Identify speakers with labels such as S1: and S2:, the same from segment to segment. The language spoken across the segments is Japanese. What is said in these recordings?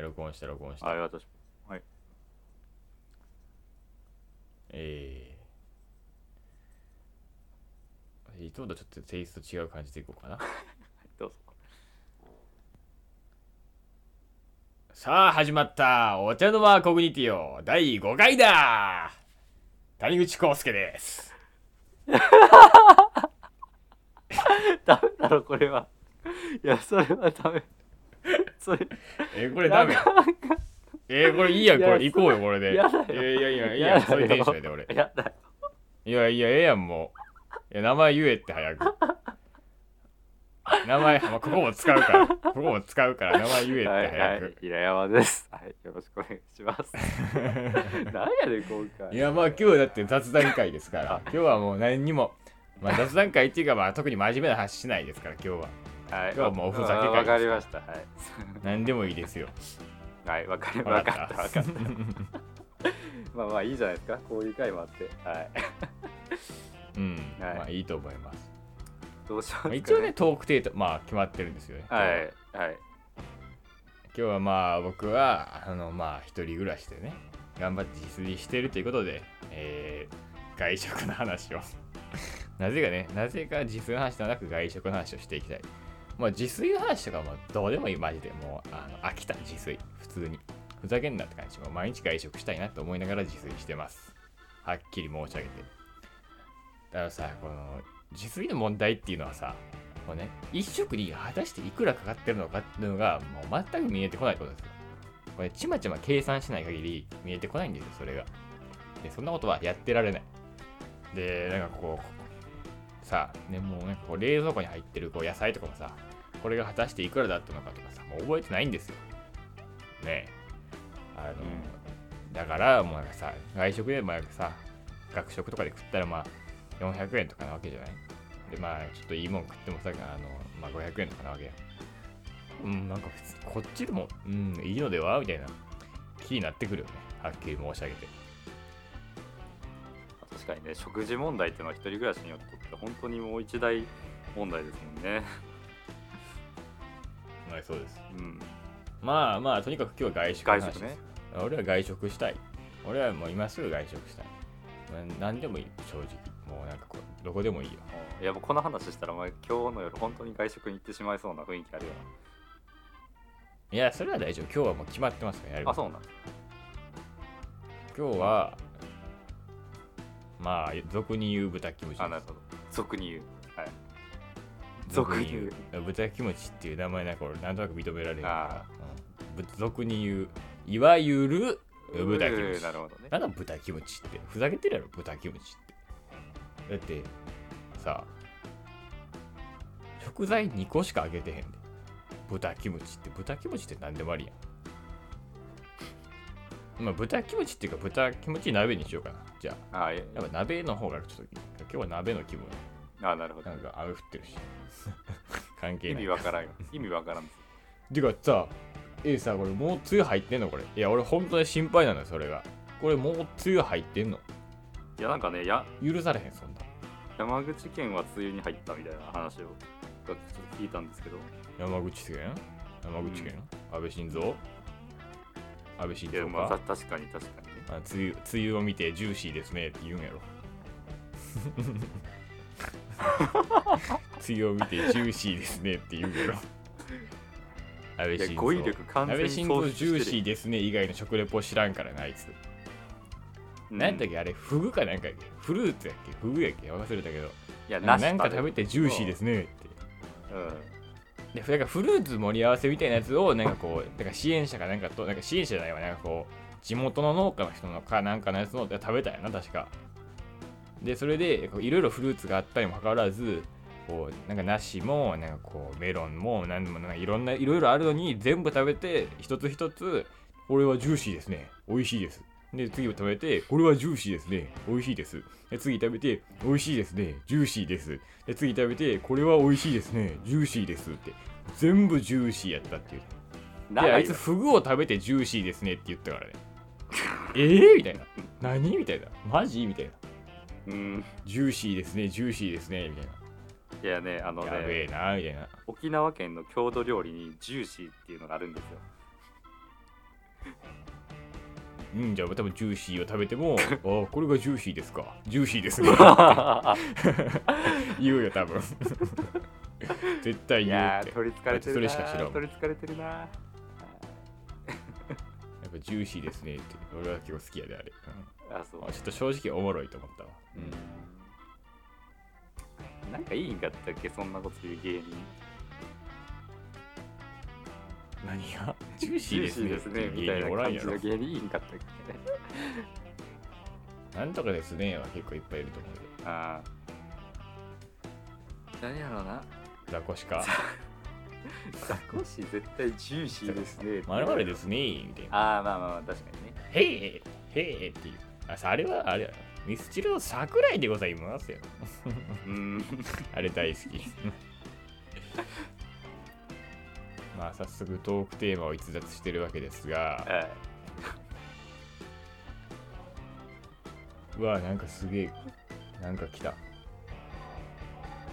S1: 録音して、録音して。
S2: あれ私も
S1: えー、いつもとちょっとテイスト違う感じでいこうか な。
S2: はいどうぞ
S1: さあ、始まった。お茶の間コグニティオ第5回だ谷口康介 です。
S2: ダメだろこれはいやそれはダメ それ
S1: えーこれダメ
S2: な。んか
S1: えーこれいいやん、
S2: い
S1: こ
S2: や
S1: れ行こうよ、これで。い
S2: や
S1: や
S2: だよ
S1: いやいや、いいやん、そういうテンションやで、俺。
S2: やだよ
S1: いやいや、ええやん、もう。いや、名前言えって早 く。名前、まあ、ここも使うから。ここも使うから、名前言えって
S2: はい
S1: 早
S2: はい平山ですはいよろしくお願いします
S1: く。
S2: 何やねん今回
S1: いや、まあ今日だって雑談会ですから。今日はもう何にも。まあ 雑談会っていうか、まあ特に真面目な話しないですから、今日は。
S2: はい
S1: 今日はもうおふざけ会
S2: わわかりましたは
S1: 何でもいいですよ。
S2: いはいわかり わかったわかったまあまあいいじゃないですかこういう回もあってはい
S1: うん。
S2: はい
S1: まあいいと思います。
S2: どうしよう
S1: まあ、一応ね、トークテーマ、まあ決まってるんですよね。
S2: はい
S1: 今
S2: はい
S1: 日はまあ僕は、あのまあ一人暮らしでね、頑張って自炊してるということで、えー外食の話を。 なぜかね、なぜか自炊の話ではなく外食の話をしていきたい。まあ自炊の話とかもうどうでもいい、マジで。もうあの飽きた、自炊。普通に。ふざけんなって感じ。もう毎日外食したいなと思いながら自炊してます。はっきり申し上げて。だからさ、この自炊の問題っていうのはさ、もうね、一食に果たしていくらかかってるのかっていうのがもう全く見えてこないってことですよ。これちまちま計算しない限り見えてこないんですよ、それが。で、そんなことはやってられない。で、なんかこう、さあ、ね、もうなんかこう冷蔵庫に入ってるこう野菜とかもさ、これが果たしていくらだったのかとかさ、もう覚えてないんですよ。ねえ。あの、だからもうなんかさ、外食でもなんかさ、学食とかで食ったらまあ400円とかなわけじゃないでまあちょっといいもん食ってもさあの、まあ、500円とかなわけようんなんか普通こっちでもうんいいのではみたいな気になってくるよねはっきり申し上げて
S2: 確かにね食事問題っていうのは一人暮らしによっとって本当にもう一大問題ですもんね
S1: はいそうです
S2: うん
S1: まあまあとにかく今日は外食の話
S2: 外食ね
S1: です俺は外食したい俺はもう今すぐ外食したいうん何でもいい正直もうなんかこうどこでもいいよ
S2: いやもうこの話したらお前今日の夜本当に外食に行ってしまいそうな雰囲気あるよ
S1: いやそれは大丈夫今日はもう決まってますからやる
S2: なあそうなん
S1: 今日はまあ俗に言う豚キムチです
S2: あなるほど俗に言うはい
S1: 俗
S2: 俗
S1: に
S2: に
S1: 言
S2: 言
S1: う
S2: う
S1: 豚キムチっていう名前なんか俺なんとなく認められる
S2: あ
S1: うんぶ俗に言ういわゆる豚キム
S2: うー
S1: チ
S2: なるほどね
S1: なんだ豚キムチってふざけてるやろ豚キムチってだってさ食材2個しかあげてへんで豚キムチって豚キムチって何でもありやんまあ豚キムチっていうか豚キムチ鍋にしようかなじゃあ
S2: あいや
S1: やっぱ鍋の方がちょっと今日は鍋の気分
S2: あなるほど
S1: なんか雨降ってるし 関係
S2: 意
S1: ない
S2: 味わからんよ意味わからんです
S1: てかさえさこれもう梅雨入ってんのこれいや俺本当に心配なのよそれがこれもう梅雨入ってんの
S2: いやなんかねや
S1: 許されへんそんな
S2: 山口県は梅雨に入ったみたいな話をちょっと聞いたんですけど
S1: 山口県山口県、安倍晋三安倍晋
S2: いや
S1: 三
S2: まあた
S1: か
S2: 確かに確かにね
S1: あ梅雨梅雨を見てジューシーですねって言う んやろ梅雨を見てジューシーですねって言うんやろ安倍
S2: いや
S1: 晋
S2: 語彙
S1: 三
S2: 力完
S1: 安
S2: 全
S1: 倍
S2: に
S1: 晋三ジューシー
S2: ー
S1: ですね以外の食レポ知らんからなあいつ、なん、やったっけあれフグかなんかやっけフルーツやっけフグやっけ忘れたけど
S2: いや
S1: な
S2: なんし
S1: か食べてジューシーですねって
S2: うん
S1: でなんかフルーツ盛り合わせみたいなやつをなんかこうなんか支援者かなんかとなんか支援者じゃないわなんかこう地元の農家の人のかなんかのやつの食べたんやな確かでそれでこういろいろフルーツがあったにもかかわらずこうなんか梨もなんかこうメロンも何でもなんかいろんないろいろあるのに全部食べて一つ一つこれはジューシーですね美味しいですで次を食べてこれはジューシーですね美味しいですで次食べて美味しいですねジューシーですで次食べてこれは美味しいですねジューシーですって全部ジューシーやったっていうで
S2: 長いよ
S1: あいつフグを食べてジューシーですねって言った からねえー、みたいな何みたいなマジみたいな
S2: うん
S1: ジューシーですね、ジューシーですね、みたい
S2: いやねあの
S1: な。やべ
S2: ね
S1: えな、みたいな。
S2: 沖縄県の郷土料理にジューシーっていうのがあるんですよ
S1: うんじゃあ多分ジューシーを食べて もあーこれがジューシーですかジューシーですね言うよ 多分絶対
S2: い
S1: 言う
S2: や
S1: って
S2: ー取りつかれてるな
S1: それしか知らん
S2: 取りつかれてるな
S1: やっぱジューシーですねって俺は結構好きやであれ、
S2: あそう
S1: うんあちょっと正直おもろいと思ったわ、
S2: うんなんかいいんかったっけそんなこと言う芸人
S1: 何がジューシ
S2: ジ
S1: ー
S2: ュー
S1: で
S2: シ
S1: す
S2: ー
S1: ね
S2: ですね
S1: って
S2: み
S1: う
S2: た
S1: 芸
S2: い
S1: 人お
S2: な
S1: らん
S2: 感
S1: や
S2: じ
S1: ろ
S2: の芸人いいんかったっけ
S1: なんとかですねは結構いっぱいいると思うよ
S2: ああ何やろうな
S1: ザコシか
S2: ザコシ絶対ジューシーですね
S1: まるまるですすねみたいな
S2: ああまあまあまあ確かにね
S1: 「へえへえ」っていうあさあれはあれやなミスチルの桜井でございますよ
S2: うん
S1: あれ大好き まあ早速トークテーマを逸脱してるわけですが
S2: はいう
S1: わなんかすげえなんか来た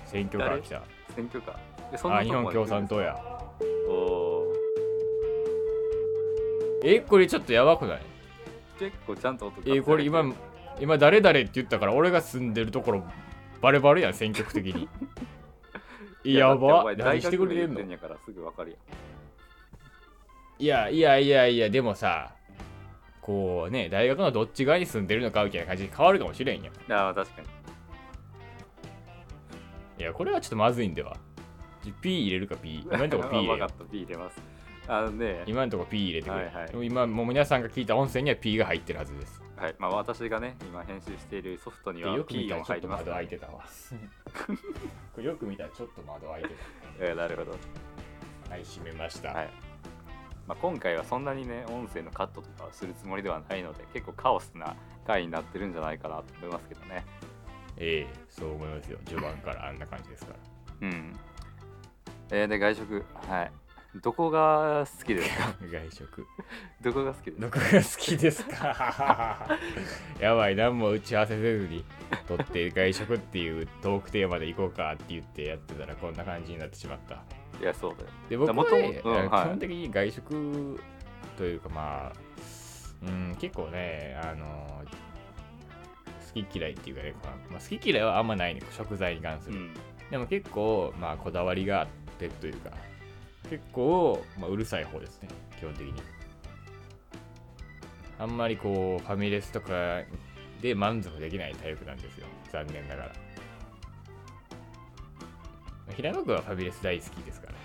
S1: 選挙カー
S2: 誰
S1: 来た
S2: 選挙かえそんな
S1: あ
S2: と
S1: 日
S2: こま
S1: 本
S2: で
S1: 共産党や
S2: おお
S1: えこれちょっとやばくない
S2: 結構ちゃんと音
S1: えこれ今今誰々って言ったから俺が住んでるところバレバレやん選挙区的に
S2: い
S1: や
S2: だってお
S1: ば
S2: 前
S1: 何してくれてん
S2: 大学名言って
S1: の
S2: んやからすぐわかるやん
S1: いやいやいやいやでもさこうね大学のどっち側に住んでるのかみたいな感じで変わるかもしれんやん
S2: ああ確かに
S1: いやこれはちょっとまずいんではちょ P 入れるか P 今 んとこ P 入れ
S2: 分か
S1: よ
S2: った P 出ますあのね
S1: 今んとこ P 入れてくれ、
S2: はいはい
S1: でも今もう皆さんが聞いた音声には P が入ってるはずです
S2: はいまあ私がね今編集しているソフトに
S1: で
S2: は
S1: よく
S2: P
S1: 見た
S2: が
S1: らちょっ
S2: 入
S1: と
S2: ります
S1: 窓開いてたわ これよく見たらちょっと窓開いて
S2: えーなるほど
S1: たはい閉めました、
S2: はいまあ、今回はそんなにね音声のカットとかをするつもりではないので結構カオスな回になってるんじゃないかなと思いますけどね
S1: ええそう思いますよ序盤からあんな感じですから
S2: うんえーで外食はいどこが好きで すか
S1: 外食
S2: どこが好きです
S1: ど
S2: か
S1: こが好きですか やばい何も打ち合わせせずに取って外食っていうトークテーマで行こうかって言ってやってたらこんな感じになってしまった
S2: いやそうだよ
S1: で僕は、
S2: 元々
S1: ね
S2: うんはい
S1: 基本的に外食というかまあうん結構ねあの好き嫌いっていうかね、まあ、好き嫌いはあんまないね食材に関す
S2: う
S1: る、
S2: ん
S1: でも結構まあこだわりがあってというか結構、まあ、うるさい方ですね基本的にあんまりこうファミレスとかで満足できないタイプなんですよ残念ながら平野君はファミレス大好きですから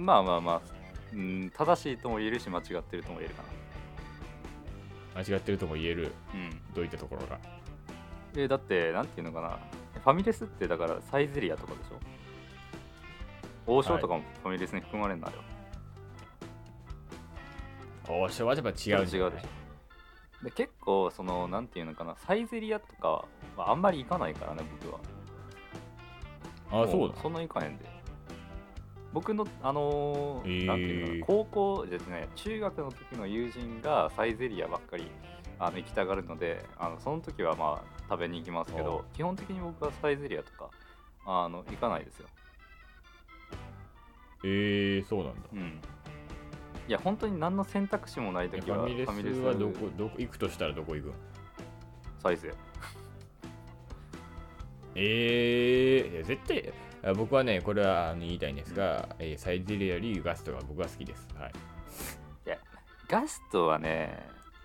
S2: まあまあまあうん正しいとも言えるし間違ってるとも言えるかな
S1: 間違ってるとも言える
S2: うん
S1: どういったところが
S2: えだってなんていうのかなファミレスってだからサイゼリアとかでしょ王将とかもファミレスに含まれるんだよ、
S1: 王将はやっぱ違うんじゃない
S2: 違うでしで結構そのなんていうのかなサイゼリアとかはあんまり行かないからね僕は
S1: ああそ
S2: も
S1: うだ
S2: そんな行かへんで僕のあのー
S1: えー
S2: なんていうのかな高校じゃない中学の時の友人がサイゼリアばっかりあの行きたがるのであのその時はまあ食べに行きますけど基本的に僕はサイゼリアとかあの行かないですよ
S1: えー、そうなんだ
S2: うんいや本当に何の選択肢もない
S1: え
S2: 時
S1: フ
S2: は
S1: ァミレスはどこどこ行くとしたらどこ行くん
S2: サイゼ
S1: えー、いや絶対あ僕はねこれはあの言いたいんですが、えーサイゼリアよりガストが僕は好きです、はい、
S2: ガストはね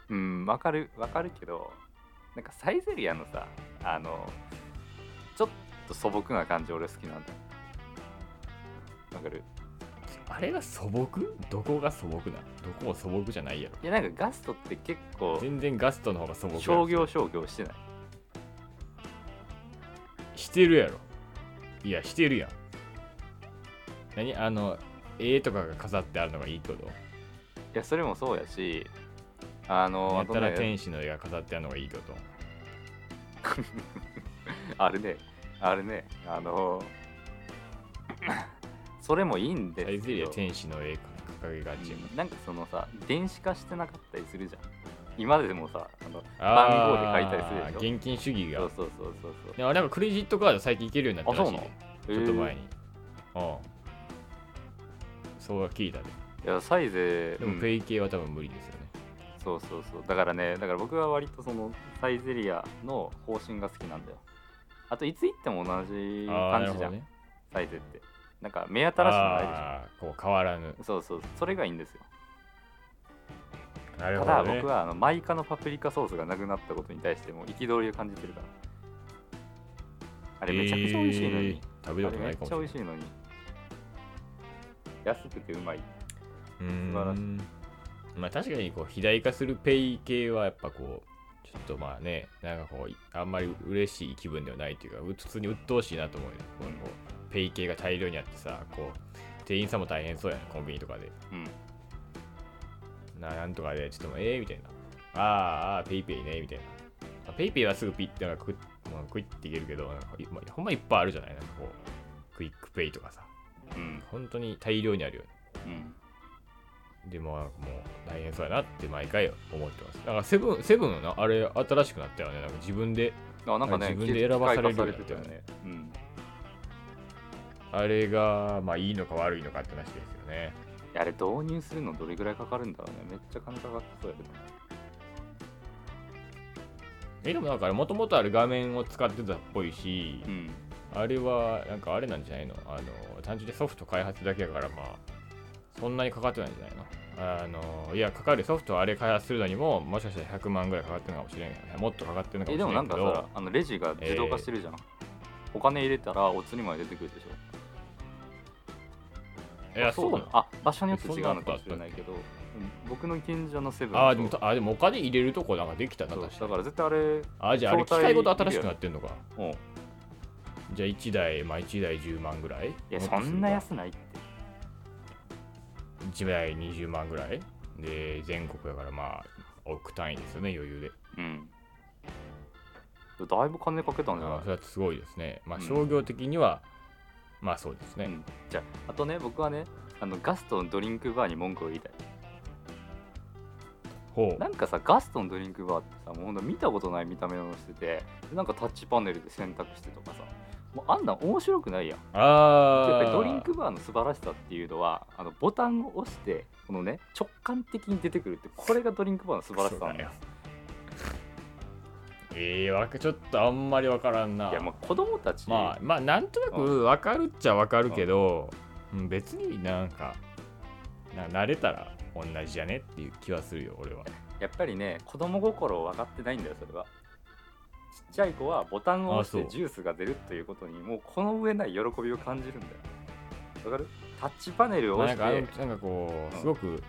S2: うんわかるわかるけどなんかサイゼリアのさあのちょっと素朴な感じ俺好きなんだよわかる
S1: あれが素朴どこが素朴などこも素朴じゃないや
S2: いやなんかガストって結構
S1: ろ全然ガストの方が素朴やろ
S2: 商業商業してない
S1: してるやろいやしてるやん何あの絵とかが飾ってあるのがいいってこと
S2: いやそれもそうやしあの
S1: や
S2: あ
S1: った
S2: と
S1: ら
S2: ね
S1: 天使の絵が飾ってあるのがいいってこと
S2: あれねあれねあのそれもいいんです
S1: サ
S2: けど
S1: イゼリア天使の絵掲げがちやもん
S2: なんかそのさ電子化してなかったりするじゃん今でもさあの
S1: あ
S2: 番号で書いたりするでしょ
S1: ー現金主義
S2: そ
S1: が
S2: うそうそうそうそう
S1: でもなんかクレジットカード最近いけるようになったらしいね
S2: あそうなの
S1: ちょっと前に。ああそうは聞いたで。
S2: いやサイゼ
S1: でも
S2: うん
S1: フェイ系は多分無理ですよね。
S2: そうそうそうだからねだから僕は割とそのサイゼリアの方針が好きなんだよあといつ行っても同じ
S1: ああ、な
S2: 感
S1: る
S2: じ
S1: ほ
S2: じゃ
S1: ど
S2: ん、
S1: ね。
S2: サイゼってなんか目新しいのない
S1: ああ、こう変わらぬ
S2: で。しょそうそうそれがいいんですよ
S1: なる
S2: た
S1: ほ
S2: だ
S1: ど、ね
S2: 僕。はあのマイカのパプリカソースがなくなったことに対してもう憤りを感じてるからあれめちゃくちゃ美味しいのに、
S1: えー食べた
S2: あ
S1: ことない
S2: れめっ
S1: かも
S2: ち
S1: し
S2: ゃ
S1: れ
S2: 美
S1: ない。
S2: 味しいのに安くてうまい
S1: うん
S2: 素晴らし
S1: まあ確かにこう肥大化するペイ系はやっぱこうちょっとまあねなんかこうあんまり嬉しい気分ではないというかう普通に鬱陶しいなと思うよ、こうこうペイ系が大量にあってさこう店員さんも大変そうやなコンビニとかで
S2: うん
S1: ななんとかでちょっともうええみたいなあーあーペイペイねみたいな、まあペイペイはすぐピッてなんかクイッ、まあ、クイッていけるけどなんかいまあほんまいっぱいあるじゃないなんかこうクイックペイとかさ
S2: うん
S1: 本当に大量にあるよね
S2: うん
S1: でももう大変そうやなって毎回思ってます。だからセブン、セブンのあれ新しくなったよね。なんか自分で、
S2: あなんかね
S1: 自分で選ばされるようになっ
S2: 機械化され
S1: た
S2: てた
S1: よ
S2: よ
S1: ね
S2: ねうん
S1: あれがまあいいのか悪いのかって話ですよね。
S2: いやあれ導入するのどれぐらいかかるんだろうねめっちゃ金かかってそうやけど
S1: え、でもなんかもともとある画面を使ってたっぽいし
S2: う、ん
S1: あれはなんかあれなんじゃないのあの、単純にソフト開発だけやからまあ、そんなにかかってないんじゃないのあの、いや、かかるソフトあれ開発するのにも、もしかしたら100万ぐらいかかってるのかもしれんけど、もっとかかってるのか
S2: え
S1: もし
S2: で
S1: れ
S2: もなんん
S1: け
S2: か
S1: ど。
S2: さあのレジが自動化してるじゃん、お金入れたらお釣りまで出てくるでしょ
S1: いや、
S2: あ
S1: そうなの
S2: なのあ場所によって違うのかもしれないけどうん僕の近所のセブン
S1: あーでも
S2: そ
S1: た
S2: う
S1: あでもお金入れるとこなんかできたな
S2: そう
S1: 確か
S2: だ
S1: に
S2: から絶対あれうん
S1: あじゃああれ
S2: 筐体
S1: 機械ごと新しくなってんのか
S2: い
S1: じゃあ1台まあ1台10万ぐらい
S2: やそんな
S1: 安
S2: 安ないって
S1: 1台20万ぐらいで全国だからまあ億単位ですよね余裕で
S2: うんだいぶ金かけたんじゃない
S1: あそれはすごいですねまあ
S2: うん
S1: 商業的には、まあそうですね、
S2: うん、じゃああとね僕はねあのガストのドリンクバーに文句を言いたい
S1: ほう
S2: なんかさガストのドリンクバーってさもうほんと見たことない見た目をしててなんかタッチパネルで選択してとかさもうあんなん面白くないやん
S1: ああ
S2: やっぱりドリンクバーの素晴らしさっていうのはあのボタンを押してこのね直感的に出てくるってこれがドリンクバーの素晴らしさなんだよ
S1: ええわかちょっとあんまりわからんない
S2: やまあ子供たち、
S1: まあまあなんとなくわかるっちゃわかるけど、うん別になんかな慣れたら同じじゃねっていう気はするよ俺は
S2: やっぱりね子供心を分かってないんだよそれはちっちゃい子はボタンを押し
S1: あ
S2: て
S1: そう
S2: ジュースが出るということにもうこの上ない喜びを感じるんだよわかるタッチパネルを
S1: まあ
S2: 押
S1: な
S2: し
S1: んかあのな
S2: て
S1: んかこ
S2: う
S1: うんすごく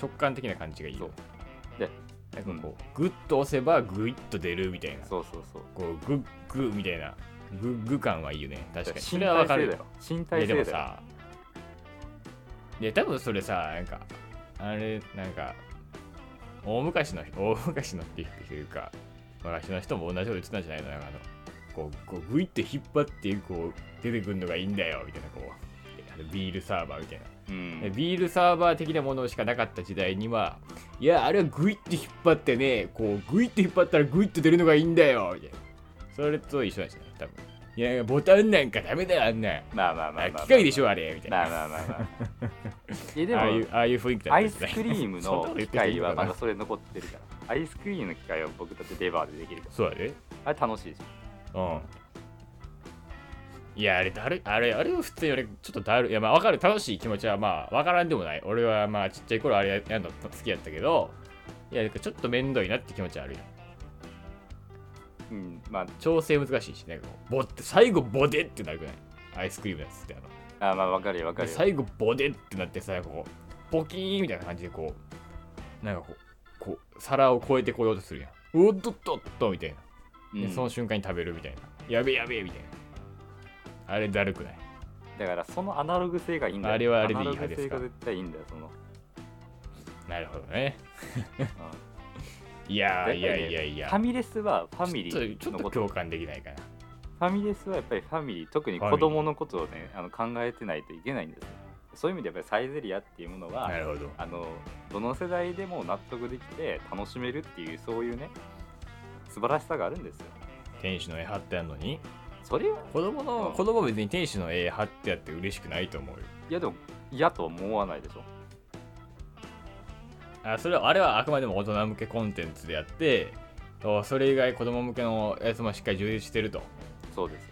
S1: 直感的な感じがいいよね
S2: そう
S1: なんかこうグッと押せばグイッと出るみたいな
S2: そうそうそう
S1: こうグッグッみたいなグッグ感はいいよね確かにそ
S2: 身
S1: れはわ
S2: 体
S1: か
S2: 性
S1: る
S2: だ
S1: よい
S2: よ身
S1: やでも
S2: 体性だよ
S1: さいや多分それさなんかあれなんか大昔の 大昔のっていうか昔の人も同じこと言ってたんじゃないのなんかあのこうこうグイって引っ張ってこう出てくるのがいいんだよみたいなこうあのビールサーバーみたいな
S2: うん
S1: でビールサーバー的なものしかなかった時代にはいやあれはグイって引っ張ってねこうグイって引っ張ったらグイって出るのがいいんだよみたいなそれと一緒なんじゃない多分いやいやボタンなんかダメだよあんなん
S2: まあまあまあまあま
S1: あ
S2: あ、
S1: 機械でしょあれみたいな。
S2: まあまあまあ まあいやで
S1: ああいう
S2: も
S1: ああいう雰囲気だっ
S2: ア
S1: たん
S2: イ
S1: です
S2: ス
S1: ね
S2: クリーム
S1: そんな
S2: の
S1: こと言
S2: 機
S1: っていい
S2: 械
S1: のか
S2: は
S1: な
S2: まだそれ残ってるからアイスクリームの機械は僕だってレバーでできるか
S1: そうだね。
S2: らあれ楽しいじ
S1: うん。いやあれ誰あれあれは普通に俺ちょっとだるいやまあわかる楽しい気持ちはまあわからんでもない。俺はまあちっちゃい頃あれやるの好きやったけど。いやなんかちょっと面倒いなって気持ちはあるよ
S2: ゃん、うん、まあ
S1: 調整難しいしねボって最後ボデってなるくないアイスクリームのやつってあの
S2: あまあわかるよわか
S1: で
S2: るよ
S1: 最後ボデってなってさこうポキーンみたいな感じでこうなんかこうこう皿を越えてこようとするやんおっとっとっとみたいな
S2: う
S1: で
S2: ん
S1: その瞬間に食べるみたいな。やべえやべえみたいな。あれだるくない。
S2: だからそのアナログ性がいいんだよ
S1: あれはあれでいい派
S2: アナログ性が
S1: で
S2: 絶対いいんだ よその、
S1: なるほどね。
S2: う
S1: いや
S2: ん
S1: ーいやいやい
S2: や
S1: や。
S2: っぱりねファミレスはファミリ
S1: ちょっと
S2: ーの
S1: ちょっと
S2: こと
S1: 共感できないかな。
S2: ファミレスはやっぱりファミリー特に
S1: ファミ
S2: 子
S1: リー
S2: 供のことをねあの考えてないといけないんですよそういう意味でやっぱりサイゼリアっていうものは
S1: なるほど。
S2: あのどの世代でも納得できて楽しめるっていうそういうね素晴らしさがあるんですよ
S1: 天使の絵貼ってあるのに、
S2: それは
S1: 子供の、
S2: うん
S1: 子供は別に天使の絵貼ってあって嬉しくないと思うよ。
S2: いやでも嫌とは思わないでしょ
S1: あそれはあれはあくまでも大人向けコンテンツであってとそれ以外子供向けのやつもしっかり充実してると、
S2: そうです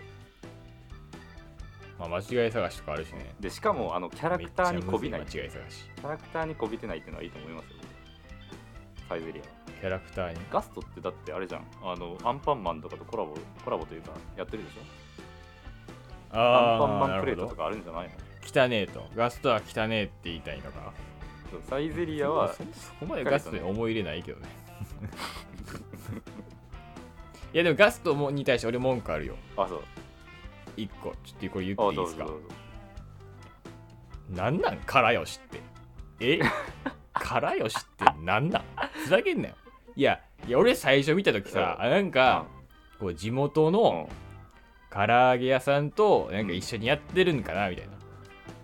S1: まあ、間違い探しとかあるしね
S2: でしかもあのキャラクターにこびない
S1: めっ
S2: キ
S1: ちゃむずい間違い探し
S2: ャラクターにこびてないっていうのはいいと思いますよサイゼリアは
S1: キャラクターに
S2: ガストってだってあれじゃんあのアンパンマンとかとコラボコラボというかやってるでしょアンパン
S1: ああ
S2: マ
S1: な
S2: ンプレ
S1: る
S2: ート
S1: ほ
S2: と
S1: ど
S2: かあるんじゃないの
S1: 汚ねえとガストは汚ねえって言いたいのか
S2: そうサイゼリア
S1: まあ
S2: は
S1: そそこまでガストに思い入れないけどねいやでもガストもに対して俺文句あるよ
S2: あそう
S1: 1個ちょっとこれ言
S2: あ
S1: っていいで
S2: どう
S1: すか
S2: ぞどうぞ
S1: なんなんからよしってえ からよしってなんなんふざけんなよいやいや俺最初見た時さ
S2: う
S1: あなんかこう地元
S2: うん
S1: の唐揚げ屋さんとなんか一緒にやってるんかなみたい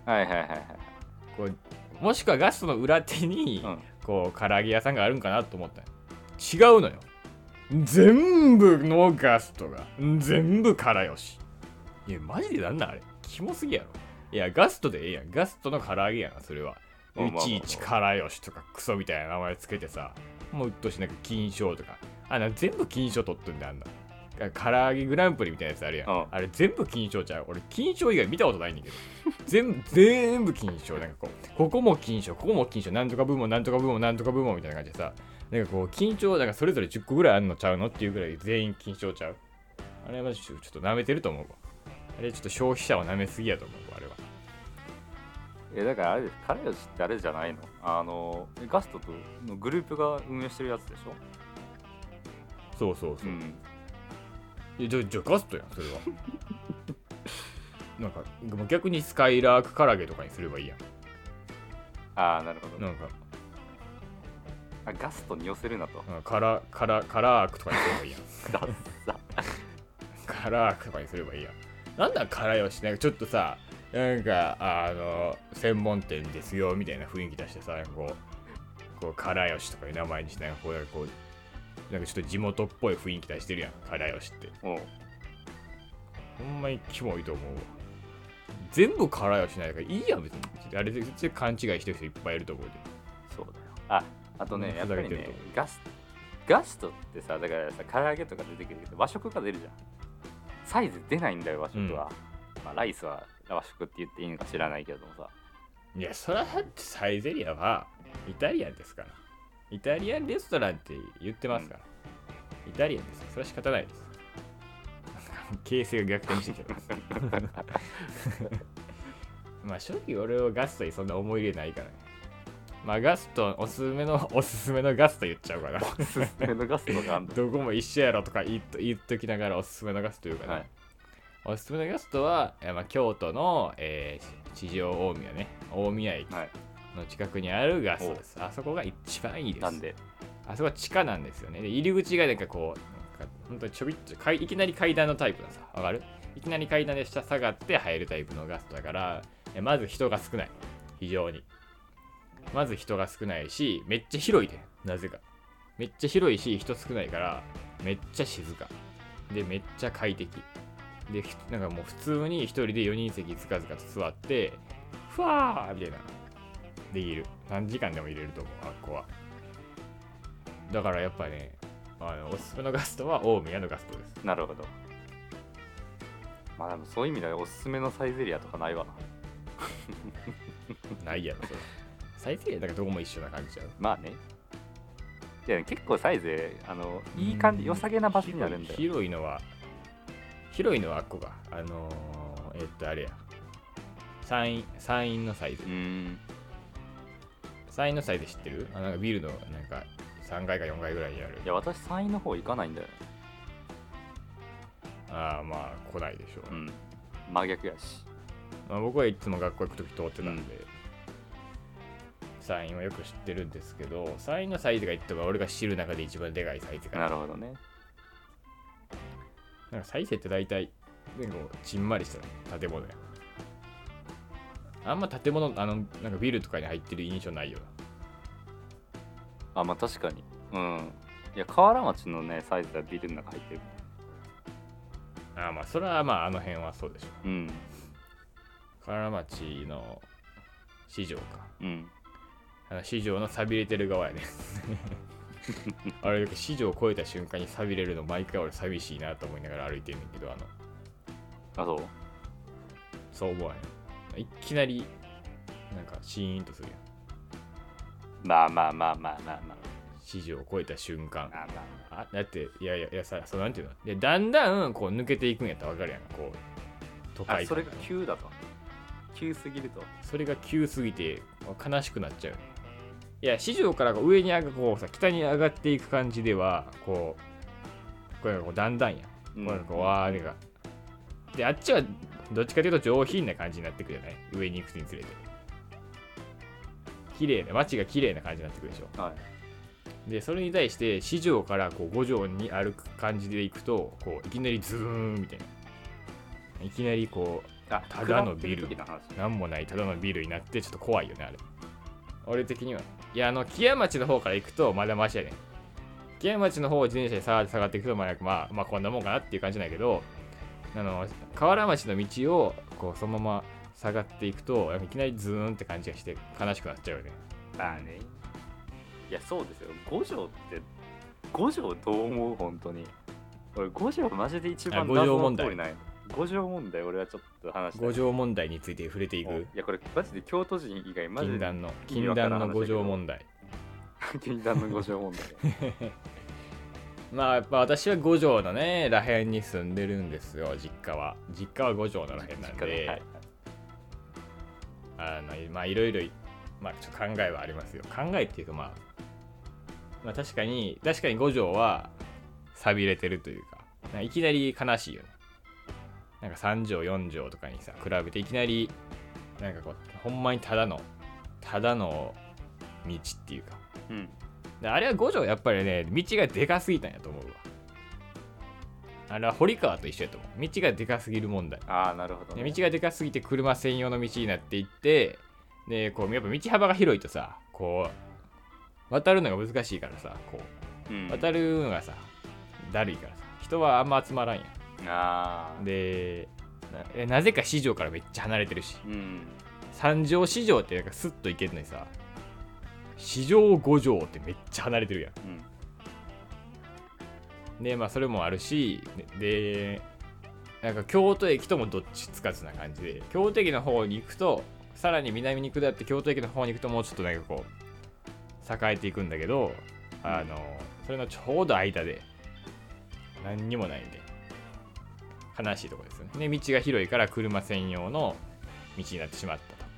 S1: な
S2: はいはいはいはい
S1: こうもしくはガストの裏手に
S2: うん
S1: こう唐揚げ屋さんがあるんかなと思ったの違うのよ全部のガストが全部からよしいやマジでなんなんあれキモすぎやろいやガストでええやんガストの唐揚げやなそれは
S2: まあまあ
S1: い
S2: まあ
S1: ちいちからよしとかクソみたいな名前つけてさもううっとうしいなんか金賞とかあなんか全部金賞取ってんだよあんな唐揚げグランプリみたいなやつあるやん、
S2: うん
S1: あれ全部金賞ちゃう俺金賞以外見たことないねんだけど 全部全部金賞なんかこうここも金賞ここも金賞なんとか部門なんとか部門なんとか部門みたいな感じでさなんかこう金賞なんかそれぞれ10個ぐらいあんのちゃうのっていうぐらい全員金賞ちゃうあれはちょっと舐めてると思うわあれちょっと消費者は舐めすぎやと思うわあれは
S2: えだからあれです彼らってあれじゃないのあのガストとのグループが運営してるやつでしょ
S1: そうそうそうう、
S2: ん
S1: いやじゃじゃガストやんそれは なんかもう逆にスカイラーク唐揚げとかにすればいいやん
S2: ああなるほど
S1: なんか
S2: あガストに寄せるな と
S1: うんカラカラカラークとかにすればいいやん
S2: ダッサ
S1: カラークとかにすればいいやんなんだカラよしなんかちょっとさなんかあの専門店ですよみたいな雰囲気出してさなんかこうこうカラよしとかいう名前にしてなんかこうなんかこうなんかちょっと地元っぽい雰囲気出してるやんカラよしって
S2: もう
S1: ほんまにキモいと思うわ全部カラよしないからいいやん別にあれで絶対勘違いしてる人いっぱいいると思うで
S2: そうだよああとね
S1: うん
S2: やっぱ
S1: ふ
S2: り
S1: ざけて
S2: ね
S1: ると思
S2: ガスガストってさだからさ唐揚げとか出てくるけど和食が出るじゃんサイズ出ないんだよ和食は、まあ、ライスは和食って言っていいのか知らないけどもさ
S1: いや、それはだってサイゼリアはイタリアンですから。イタリアンレストランって言ってますから。イタリアンです。それは仕方ないです。 形勢が逆転してきてます。 まあ正直俺はガストにそんな思い入れないからね。まあガスト、おすすめの、 おすすめのガスト言っちゃうかな。
S2: おすすめのガストがあんの
S1: どこも一緒やろとか言っと言っときながらおすすめのガスト言うかな。
S2: はい
S1: おすすめのガストは、えーまあ、京都の、えー地上大宮ね。大宮駅
S2: はい
S1: の近くにあるガストです。あそこが一番いいです。
S2: なんで
S1: あそこは地下なんですよね。で入り口がなんかこう、なんか本当にちょびっとかい、いきなり階段のタイプのさ、わかるいきなり階段で下下がって入るタイプのガストだから、えまず人が少ない。非常に。まず人が少ないし、めっちゃ広いで、なぜか。めっちゃ広いし、人少ないから、めっちゃ静か。で、めっちゃ快適。で、ひなんかもう普通に一人で4人席ずかずかと座って、ふわーみたいな。できる。何時間でも入れると思う、あっこは。だからやっぱね、あのおすすめのガストは大宮のガストです。
S2: なるほどまあでもそういう意味ではおすすめのサイゼリアとかないわな
S1: ないやろ、それは。最低限だからどこも一緒な感じだよ。
S2: まあねいや結構サイゼあのいい感じ良さげな場所にあるんだよ
S1: 広い広いのは、広いのはあっこか。あのー、えっと、あれや。山陰山陰のサイズ
S2: う。ん
S1: 山陰のサイズ知ってるあなんかビルのなんか3階か4階ぐらいにある
S2: い。や私山陰の方行かないんだよね
S1: ああ、まあ来ないでしょう。
S2: うん真逆やし
S1: まあ、僕はいつも学校行く時通ってたんで、山陰はよく知ってるんですけど、山陰のサイズが言っても俺が知る中で一番でかいサイズかな
S2: なるほどね
S1: なんか再生って大体、なんかこうちんまりした建物や。あんま建物、あの、なんかビルとかに入ってる印象ないよ
S2: あまあ確かにうんいや河原町のねサイズはビルの中入ってる
S1: な。あーまあ、それはまあ、あの辺はそうでしょ
S2: うん
S1: う。河原町の市場か。
S2: うん
S1: あの市場のさびれてる側やね あれ市場を超えた瞬間にさびれるの毎回俺寂しいなと思いながら歩いてるんだけどあの
S2: あそう
S1: そう思わへんいきなりなんかシーンとするやん
S2: まあまあまあまあまあま
S1: 市場を超えた瞬間
S2: あまあまあ
S1: あだっていやいやいやさそうなんていうのでだんだんこう抜けていくんやったら分かるやんこう都
S2: あ
S1: 会
S2: それ
S1: 感
S2: が急だと急すぎると
S1: それが急すぎて悲しくなっちゃういや市場からこう上に上がこうさ北に上がっていく感じではこうこれがこうだんだんや
S2: う
S1: これがこうわーれがであっちはどっちかというと上品な感じになってくるじゃない上に行くにつれて綺麗な街が綺麗な感じになってくるでしょ
S2: はい
S1: でそれに対して市場からこう五条に歩く感じで行くとこういきなりズーンみたいないきなりこう
S2: あ
S1: ただのビル
S2: 下ってる時の話
S1: 何もないただのビルになってちょっと怖いよねあれ俺的にはいやあの木屋町の方から行くとまだマシやねん木屋町の方を自転車でさーって下がっていくとまあまあ、まあ、こんなもんかなっていう感じなんやけどあの河原町の道をこうそのまま下がっていくといきなりズーンって感じがして悲しくなっちゃうよね
S2: まあねいやそうですよ五条って五条どう思う本当に俺五条マジで一
S1: あ
S2: 番
S1: 五条
S2: 謎
S1: 問
S2: の
S1: 題
S2: 通りない五条問題俺はちょっと話したい
S1: 五条問題について触れてい
S2: もう
S1: く
S2: いやこれマジで京都人以外マジ
S1: 禁
S2: で
S1: 断の
S2: 意味
S1: 禁
S2: わから
S1: 断
S2: ん
S1: の五条
S2: 話だけど
S1: 問題
S2: 禁断の五条問題
S1: まあやっぱ私は五条のねらへんに住んでるんですよ実家は実家は五条のらへんなんで、
S2: 実家ではい
S1: あのまあいろいろまあちょっと考えはありますよ考えっていうかまあまあ確かに確かに五条は寂れてるというかなんかいきなり悲しいよねなんか3条4条とかにさ比べていきなりなんかこうほんまにただのただの道っていうか
S2: うん
S1: であれは五条やっぱりね道がでかすぎたんやと思うわあれは堀川と一緒やと思う道がでかすぎる問題
S2: ああなるほど、
S1: で
S2: ね、
S1: 道がでかすぎて車専用の道になっていってでこうやっぱ道幅が広いとさこう渡るのが難しいからさこ
S2: うん
S1: う渡るのがさだるいからさ人はあんま集まらんや
S2: ああ
S1: でなえなぜか市場からめっちゃ離れてるし
S2: うん
S1: 三条市場ってなんかスッと行けるのにさ市場五条ってめっちゃ離れてるやん
S2: うん
S1: でまあそれもあるしでなんか京都駅ともどっちつかずな感じで京都駅の方に行くとさらに南に下って京都駅の方に行くともうちょっとなんかこう栄えていくんだけどあのそれのちょうど間で何にもないんで悲しいところですよねで道が広いから車専用の道になってしまったと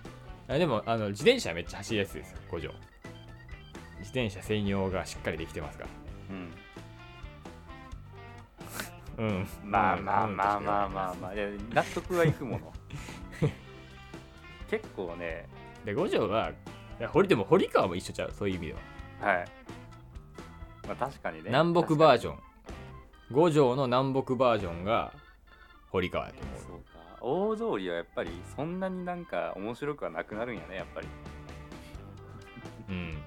S1: あでもあの自転車めっちゃ走りやすいですよ五条自転車専用がしっかりできてますから
S2: う
S1: う
S2: ん
S1: ん
S2: まあまあまあまあまあまあ、いや納得はいくも の。結構ね、
S1: で五条はいや堀でも堀川も一緒ちゃうそういう意味では
S2: はい。まあ確かにね。
S1: 南北バー
S2: ジ
S1: ジョン五条の南北バージョンが堀川やと思う
S2: そうか。大通りはやっぱりそんなになんか面白くはなくなるんやね、やっぱり。
S1: うん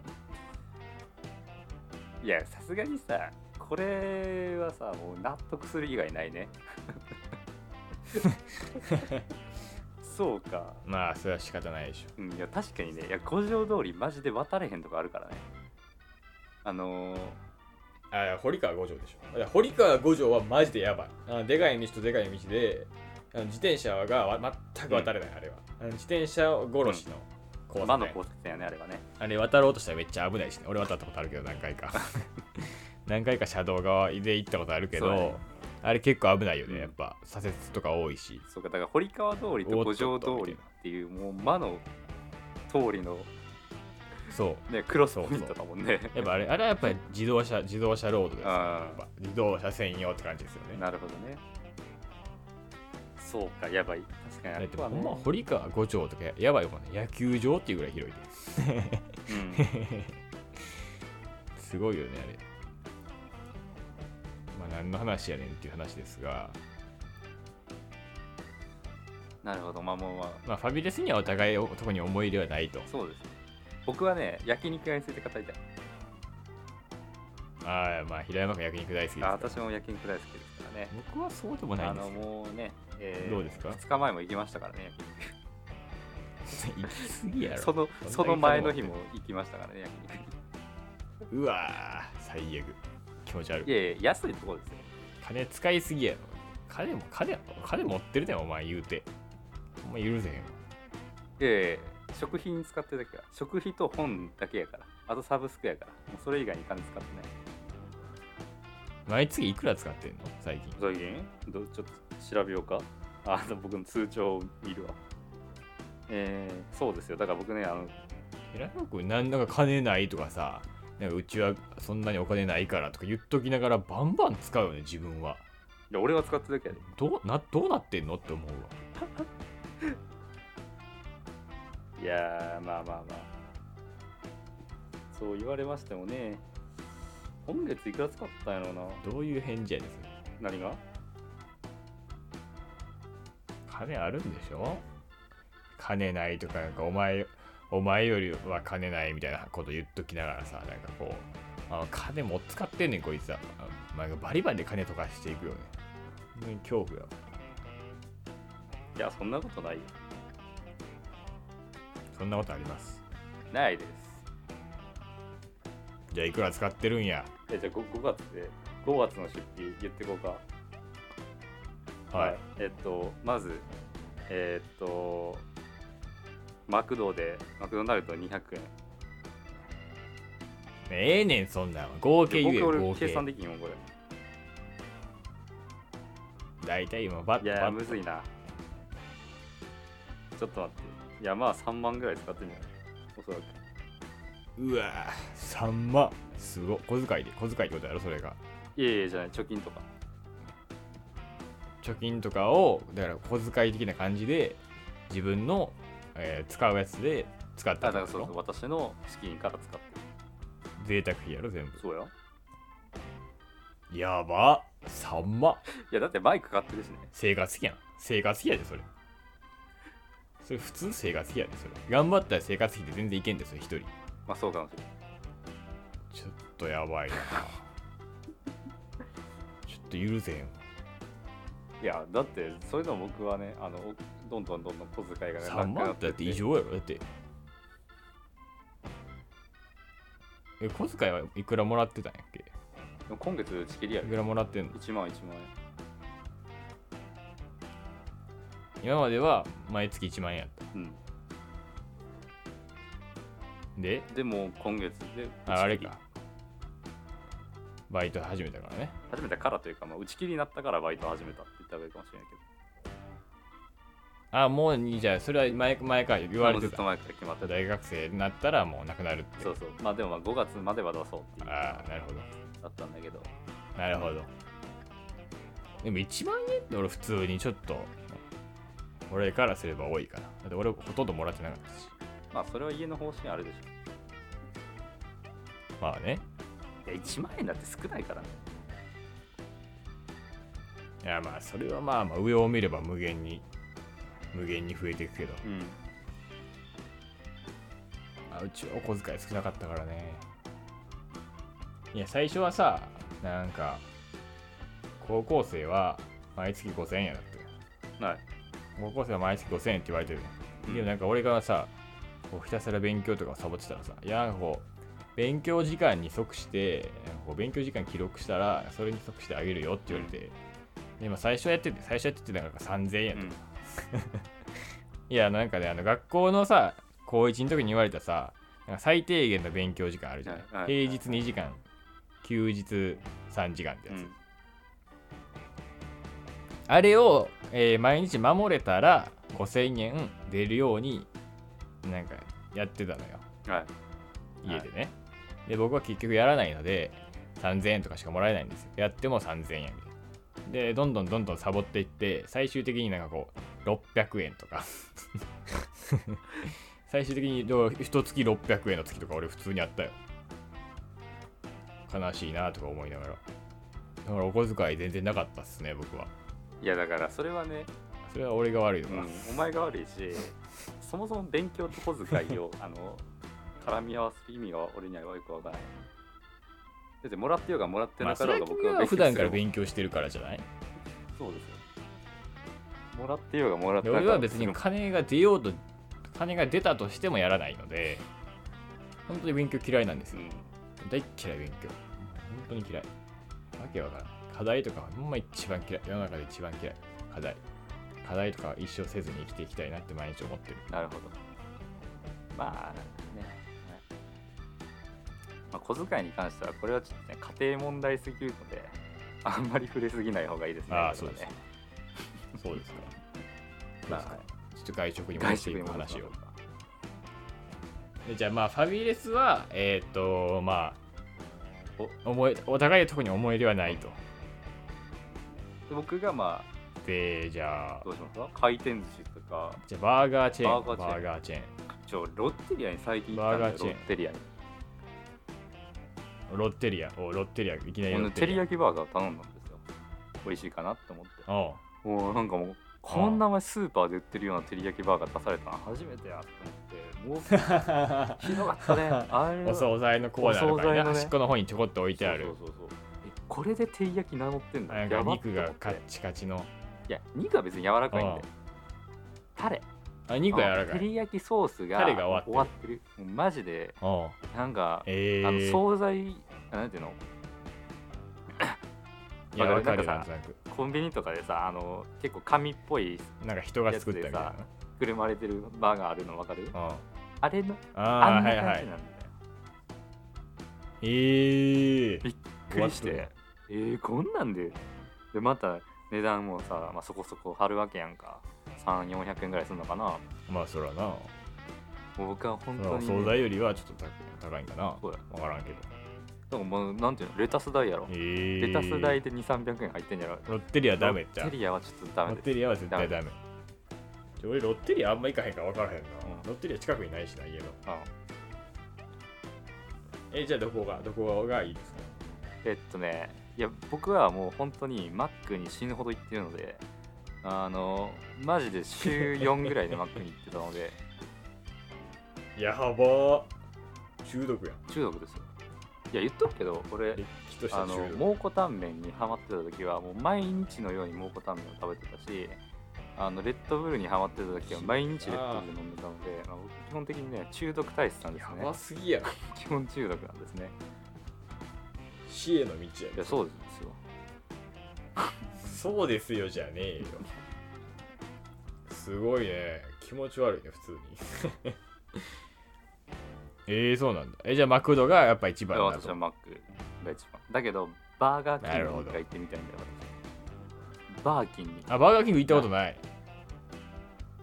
S2: いや、さすがにさ、これはさ、もう納得する以外な いね。そうか。
S1: まあそれは仕方ないでし
S2: うん、いや確かにね、いや五条通りマジで渡れへんとこあるからね。あのー、
S1: ょあ堀川五条でしょいや堀川五条はマジでやばいあのでかい道とでかい道であの自転車がわ全く渡れない、あれはあの自転車殺しの交差
S2: 魔の
S1: 点、
S2: 交差点やね、あれはね。
S1: あれ渡ろうとしたらめっちゃ危ないしね俺渡ったことあるけど何回か 何回か車道側で行ったことあるけど、
S2: そうね
S1: あれ結構危ないよ
S2: うん
S1: ねやっぱ左折とか多いし
S2: そうかだから堀川通りと
S1: お
S2: 五
S1: っと
S2: 条
S1: っと
S2: 通りっていうもう魔の通りの、
S1: そう
S2: ね、クロスポイントだもんね。
S1: やっぱあれあれはやっぱり自動車自動車ロードですから
S2: あー
S1: やっぱ自動車専用って感じですよね
S2: なるほどね。そうかやばい確かにあ
S1: だっ
S2: れ
S1: て
S2: は
S1: ほんま
S2: ね。
S1: 堀川五条とかややばいもんね野球場っていうぐらい広いで
S2: うん
S1: すごいよねあれまあ何の話やねんっていう話ですが
S2: なるほどまあもう、まあ、
S1: まあファビレスにはお互いを特に思い入れはないと
S2: そうです。僕はね焼肉屋について語りたい。
S1: ああまあ平山君焼肉大好きです
S2: あ
S1: から
S2: 私も焼肉大好きですからね。
S1: 僕はそうでもない
S2: あ
S1: んです
S2: の
S1: よ
S2: もうね、え
S1: どうですか
S2: 2日前も行きましたからね 焼
S1: 行き過ぎやろ
S2: その
S1: そんな
S2: その前の日も行きましたからね焼肉
S1: うわー最悪気持ち悪
S2: い
S1: い
S2: やいや安いとこですよ
S1: 金使いすぎやろ金も金金持ってるねんお前言うてお前許せへんわ
S2: いやいやいや食費に使ってるだけは食費と本だけやからあとサブスクやからもうそれ以外に金使ってない
S1: 毎月いくら使ってんの最近
S2: 最近どうちょっと調べようかあの僕の通帳を見るわえー、そうですよだから僕ねあの
S1: 平野君なんなんか金ないとかさなんかうちはそんなにお金ないからとか言っときながらバンバン使うよね自分はい
S2: や俺は使ってるだけやで
S1: どうなどうなってんのって思うわ
S2: いやーまあまあまあそう言われましてもね今月いくら使ったんやろう
S1: どういう返事やねんそれ
S2: な何が
S1: 金あるんでしょ金ないとかなんかお前お前よりは金ないみたいなこと言っときながらさなんかこうあ金も使ってんねんこいつはあなんかバリバリで金とかしていくよね本当に恐怖やわ
S2: いやそんなことないよ
S1: そんなことあります
S2: ないです
S1: じゃあいくら使ってるんや
S2: えじゃあ 5, 月で5月の出費言ってこうか
S1: はい
S2: えっとまずえっとマクドでマクドナルド200円
S1: ええねんそんなん合計言えよ
S2: 僕俺
S1: 合
S2: 計
S1: 計
S2: 算できんよこれ
S1: 大体今バッ
S2: いやいや
S1: バッ
S2: むずいなちょっと待っていやまあ3万ぐらい使ってんじゃないおそらく
S1: うわ3万すごい小遣いで小遣いってことやろそれが
S2: いやいやじゃない貯金とか
S1: 貯金とかをだから小遣い的な感じで自分の、えー使うやつで使っ
S2: あ
S1: た
S2: だ
S1: って
S2: か
S1: こ
S2: ら
S1: と
S2: そうそう私の資金から使って
S1: 贅沢費やろ全
S2: るそうよ
S1: 部やば3万
S2: いやだってバイク買ってるしね
S1: 生活費やん生活費やでそれそれ普通生活費やでそれ頑張ったら生活費で全然いけんですよ一人
S2: まあそうかもしれない
S1: ちょっとやばいなちょっと許せへんわ
S2: いやだってそれでも僕はねあのおどんどんどんどん小遣いがね
S1: 3万ってだって異常やろだってえ小遣いはいくらもらってたんやっけ
S2: でも今月打ち切りや
S1: い
S2: る
S1: くらもらってんの
S2: 1万1万円
S1: 今までは毎月1万円やった
S2: うん
S1: で
S2: でも今月で
S1: ああ
S2: 打ち
S1: れ
S2: 切り
S1: かバイト始めたからね
S2: 始めたからというか、まあ、打ち切りになったからバイト始めたって言った方がいいかもしれないけど
S1: あもういいじゃあそれは前前から言われ
S2: も
S1: て
S2: うずっと
S1: た
S2: 前から決まってた
S1: 大学生になったらもうなくなるって
S2: そうそうまあでもまあ5月までは出そうっていう
S1: ああなるほど
S2: だったんだけど
S1: なるほどでも1万円って俺普通にちょっと俺からすれば多いかなだって俺ほとんどもらってなかったし
S2: まあそれは家の方針あるでし
S1: まあね
S2: ょいや1万円だって少ないからね
S1: いやまあそれはまあまあ上を見れば無限に無限に増えていくけど
S2: うん
S1: あうちはお小遣い少なかったからねいや最初はさなんか高校生は毎月5000円やだって
S2: はい
S1: 高校生は毎月5000円って言われてる
S2: う
S1: ね
S2: ん
S1: でもなんか俺がさこうひたすら勉強とかをサボってたらさいやなんかこう勉強時間に即してなんかこう勉強時間記録したらそれに即してあげるよって言われて、でまあ最初やってて最初やっててなんか3000円やった
S2: うん
S1: いやなんかねあの学校のさ高1の時に言われたさなんか最低限の勉強時間あるじゃない、
S2: はいはいはい
S1: 平日2時間休日3時間ってやつ、
S2: うん
S1: あれを、えー毎日守れたら5000円出るようになんかやってたのよ
S2: はい
S1: 家でね、で僕は結局やらないので3000円とかしかもらえないんですよやっても3000円みたいなでどんどんどんどんサボっていって最終的になんかこう600円と か最終的にどう一月600円の月とか俺普通にあったよ悲しいなとか思いながらだからお小遣い全然なかったっすね僕はい
S2: やだからそれはね、
S1: それは俺が悪いうの
S2: ん
S1: か、、
S2: お前が悪いしそもそも勉強と小遣 いをあの絡み合わせる意味が俺にはよくわからないだってもらってようがもらって
S1: ま
S2: な
S1: あ
S2: か
S1: そ
S2: ろう
S1: れ
S2: が
S1: は
S2: 僕
S1: 君
S2: は
S1: は普段から
S2: 強
S1: 勉強してるからじゃない
S2: そうですよもらってようがもらって
S1: で
S2: なか
S1: 俺
S2: ろうが
S1: は別に金が出ようと金が出たとしてもやらないので本当に勉強嫌いなんです
S2: う
S1: よ
S2: ん
S1: 大っ嫌い勉強本当に嫌いわけわからん課題とかほんま一番嫌い世の中で一番嫌い課題課題とかは一生せずに生きていきたいなって毎日思ってる
S2: なるほど。まあね。まあ、小遣いに関しては、これはちょっとね、家庭問題すぎるので、あんまり触れすぎない方がいいですね。
S1: ああ
S2: これはね
S1: そうですか
S2: まあ
S1: そうですかちょっと外食に戻
S2: 外
S1: して
S2: 食
S1: い
S2: に
S1: く
S2: 戻
S1: 話
S2: し
S1: を
S2: ましょうか
S1: でじゃあまあファミレスはえーっ、とまあお思いお互い特に思い入れはないと
S2: で僕がま
S1: でじゃあ
S2: あ、どうしますか回転寿司とか、
S1: じゃあバーガーチェーン
S2: バーガー
S1: バ
S2: チェーン
S1: ーガーチェーン
S2: ちょ、ロッテリアに最近行ったんだ
S1: バーガー
S2: よ、
S1: チ
S2: ロ
S1: ェーン
S2: ッテリアに。
S1: ロッテリアおロッテリアいきなり
S2: ほ
S1: ロ
S2: ん
S1: ッテ
S2: で照
S1: リ
S2: り
S1: ア
S2: 焼きバーガー頼んだんですよ。美味しいかなって思って。
S1: おう
S2: もうなんかもう、こんな前スーパーで売ってるような照り焼きバーガー出されたの初めてやって思って、もう、ひどかったね。あ れは
S1: お惣菜のコーナーとか
S2: お惣菜
S1: ね
S2: のね
S1: 端っこの方にちょこっと置いてあ
S2: そう
S1: る
S2: そうそうそうえこれで照り焼き名乗ってんだ
S1: なんか
S2: やばっ
S1: 肉
S2: と
S1: が
S2: 思って
S1: カッチカチの
S2: いや肉は別に柔らかいんでタレ
S1: あ肉は柔ら
S2: あ
S1: か
S2: の照
S1: い
S2: り焼きソースが
S1: タレが終わっ
S2: ってるもうマジで
S1: おう
S2: なんか、
S1: え
S2: あの
S1: ー、
S2: 惣菜なんていうの
S1: いやわかるよ
S2: な
S1: なんん
S2: か
S1: と
S2: さ
S1: なく
S2: コンビニとかでさあの結構紙っぽい
S1: なんか人が作ったみたい
S2: や
S1: な
S2: つくるまれてるバーガーあるの分かる
S1: うん
S2: あれの
S1: あ
S2: あ
S1: あ
S2: んな
S1: は
S2: 感
S1: いは
S2: じなん
S1: い
S2: だよ、
S1: えー、
S2: びっくりし
S1: 終わ
S2: てえー、こんなんででまた値段もさ、まあ、そこそこ張るわけやんか3400円ぐらいするのかな
S1: まあそらな
S2: もう僕は本当
S1: お
S2: に、
S1: 惣菜よりはちょっと高高いんかなわ
S2: そうや
S1: からんけど
S2: だからもうなんていうのレタス代やろ、
S1: えー、
S2: レタス代で2300円入ってんやろ
S1: ロッテリアダメじゃん
S2: ロッテリアはちょっとダ
S1: ロ
S2: メ
S1: ッ
S2: です
S1: テリアは絶対ダメちょ俺ロッテリアあんま行かへんから分からへんな、
S2: うん
S1: ロッテリア近くにないしな家の
S2: うん
S1: えじゃあどこがどこがいいですか
S2: えっとねいや僕はもう本当にマックに死ぬほど行ってるのであのマジで週4ぐらいでマックに行って たので
S1: やばー中毒やん
S2: 中毒ですよいや言っとくけど
S1: れ
S2: 俺
S1: っきとした
S2: あ
S1: 中
S2: の
S1: 毒
S2: 蒙古タンメンにハマってた時はもう毎日のように蒙古タンメンを食べてたしあのレッドブルにハマってた時は毎日レッドブル飲んでたのでまあ僕基本的にね中毒体質なんです
S1: や
S2: ね
S1: ばすぎやろ
S2: 基本中毒なんですね
S1: 死への道
S2: い
S1: や
S2: やそうですよ
S1: そうですよじゃねえよすごいね気持ち悪いね普通に えー、そうなんだえじゃあマクドがやっぱ一
S2: だ
S1: 番
S2: か
S1: だ
S2: ら私は
S1: と
S2: マックが一番だけどバーガーキングに一
S1: なるほど
S2: 回行ってみたいんだよ私バーキンに
S1: あバーガーキング行ったことない